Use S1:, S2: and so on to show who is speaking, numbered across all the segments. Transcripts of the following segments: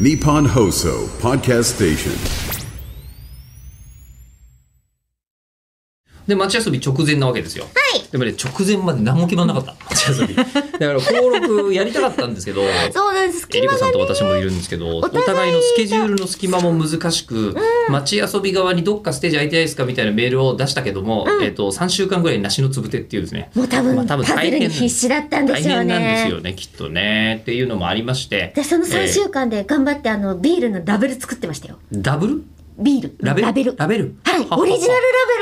S1: Nippon Hoso Podcast Station.
S2: で町遊び直前なわけですよ
S3: はい
S2: でもね直前まで何も決まんなか った町遊びだから登録やりたかったんですけど
S3: そうなんです
S2: え
S3: 隙
S2: りこ
S3: 間
S2: さ
S3: が
S2: んと私もいるんですけどお
S3: お互い
S2: 互い
S3: が
S2: のスケジュールの隙間も難しく、街遊び側にどっかステージ空いてないですかみたいなメールを出したけども、えっと3週間ぐらい梨のつぶてっていうですね
S3: もう多
S2: まあ
S3: 分
S2: 多分
S3: パズルに必死だったんで
S2: 大
S3: しょう
S2: 変なんです
S3: ね
S2: よねきっとねっていうのもありまして
S3: でその
S2: え
S3: 3
S2: ー
S3: 週間で頑張ってあのビールのラベル作ってましたよ
S2: ダブル
S3: ビール
S2: ラベル
S3: ラベル
S2: ラベル
S3: はいオリジナル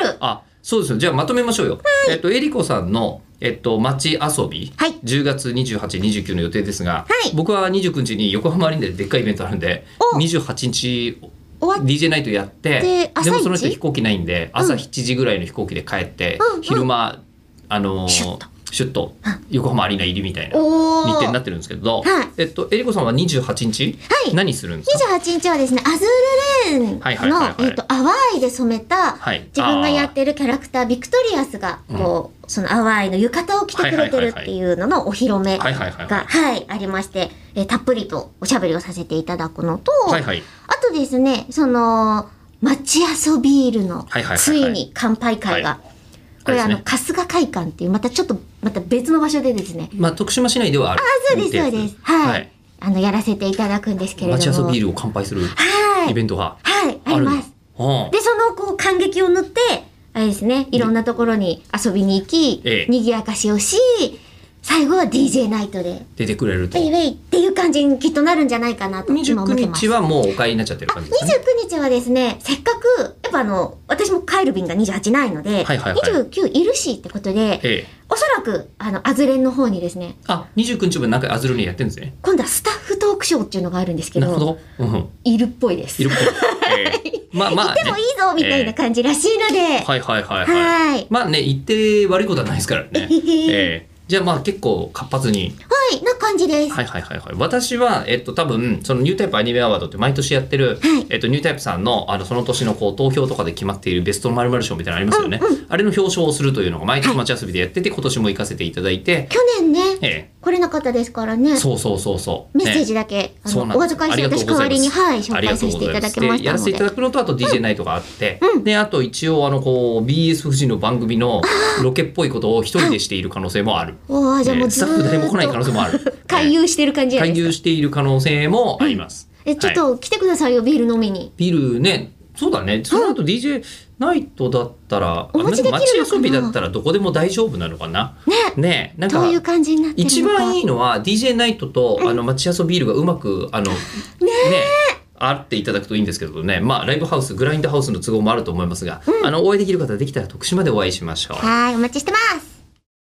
S3: ラベル
S2: あそうですよじゃあまとめましょうよ、えっとえりこさんのえっと街遊び、
S3: はい
S2: 10月2829の予定ですが、
S3: はい
S2: 僕は29日に横浜アリーナででっかいイベントあるんで
S3: お
S2: 28日
S3: 終わっ
S2: DJ ナイトやって
S3: で朝
S2: もその人
S3: 一
S2: 飛行機ないんで朝7時ぐらいの飛行機で帰って、
S3: うんうん
S2: 昼間あのー
S3: シュッと
S2: シュッと横浜アリーナ入りみたいな
S3: おー
S2: 日程になってるんですけど、
S3: はい
S2: えっとえりこさんは28日、
S3: はい
S2: 何するんですか
S3: 28日はですねアズールレーン
S2: はいはいはいはい
S3: のえっと淡いで染めた
S2: はい
S3: 自分がやってるキャラクタービクトリアスがこうその淡いの浴衣を着てくれてるっていうののお披露目
S2: はいはいはいはい
S3: がはいありましてえーたっぷりとおしゃべりをさせていただくのと
S2: はいはい
S3: あとですねその町遊ビールの
S2: はいはいはいはい
S3: ついに乾杯会
S2: は
S3: がこれ
S2: あ
S3: あ
S2: れ
S3: の
S2: ですね
S3: 春日会館っていうまたちょっとまた別の場所でですね
S2: まあ徳島市内ではあるあ
S3: そうですそうですはい、
S2: はい
S3: あのやらせていただくんですけれども
S2: 町遊びビールを乾杯する
S3: はい
S2: イベントが
S3: はい、あ
S2: あ
S3: り
S2: る
S3: ま
S2: の
S3: す。
S2: うん
S3: で、そのこう感激を塗って、あれですね、いろんなところに遊びに行き、
S2: ええ
S3: 賑やかしをし、最後は DJ ナイトで、
S2: 出てくれる
S3: ウ
S2: と
S3: ェイウェイっていう感じにきっとなるんじゃないかなと今思
S2: 29
S3: ってます。
S2: 日はもうお帰りになっちゃってる
S3: あ
S2: 感
S3: 29
S2: じですかね
S3: 日はですね、せっかく、やっぱあの、私も帰る便が28ないので、
S2: はいはいはい
S3: 29いるしってことで、
S2: ええ
S3: おそらく、あの、アズレンの方にですね、
S2: あ29日もなんかアズルにやってるんですね
S3: 今度はスタッフトークショーっていうのがあるんですけ
S2: なるほ
S3: ど、
S2: ど、うん、
S3: いるっぽいです。
S2: い
S3: い
S2: るっぽい、え えまあまあ、ね、
S3: てもいいぞみたいな感じらしいので、
S2: ええはいはいはい
S3: は、
S2: はいいまあね言って悪いことはないですからね ええじゃあまあ結構活発に
S3: はい、な感じです。
S2: はいはいはいはい私はえっと多分そのニュータイプアニメアワードって毎年やってる、
S3: はい
S2: えっとニュータイプさんのあのその年のこう投票とかで決まっているベストまる賞みたいなのありますよね、あれの表彰をするというのが毎年町遊びでやってて、今年も行かせていただいて、
S3: 去年ね、
S2: え
S3: 来れなかったですからね
S2: え、そうそうそうそう
S3: メッセージ
S2: ね
S3: だけ、あ
S2: そうな
S3: の
S2: ん
S3: お
S2: です
S3: 預かりし
S2: あ
S3: て
S2: りが
S3: 私
S2: とうご
S3: 代
S2: ざ
S3: わ
S2: いま
S3: り
S2: す
S3: に、はい、紹
S2: ありが
S3: 介
S2: と
S3: さ
S2: う
S3: せ
S2: ご
S3: てい
S2: ざ
S3: た
S2: い
S3: だ
S2: ます。で
S3: きました
S2: やらせていた
S3: の
S2: だ
S3: で。
S2: くのとあと DJ ナイトがあって、であと一応あのこう BS 富士の番組のロケっぽいことを一人でしている可能性もある。
S3: おーじゃあも
S2: え
S3: う
S2: え
S3: ず
S2: スタッフ誰
S3: ー
S2: も来ない可
S3: っ
S2: 能性もあ る。
S3: と回遊してる感じや
S2: 勧
S3: です
S2: 誘
S3: か。
S2: している可能性もあります。
S3: えちょっ
S2: はい
S3: と来てくださいよビール飲みに。
S2: ビルね、そうだね。その後 DJ ナイトだったら、
S3: お持ちできるのかな
S2: なんか街遊びだったらどこでも大丈夫なのかな。ね、なんか
S3: どういう感じになってるのか。
S2: 一番いいのは DJ ナイトとあの街遊びールがうまくあのねあっていただくといいんですけどね。まあライブハウスグラインドハウスの都合もあると思いますが、あのお会いできる方できたら徳島でお会いしましょう。
S3: はーい、お待ちしてます。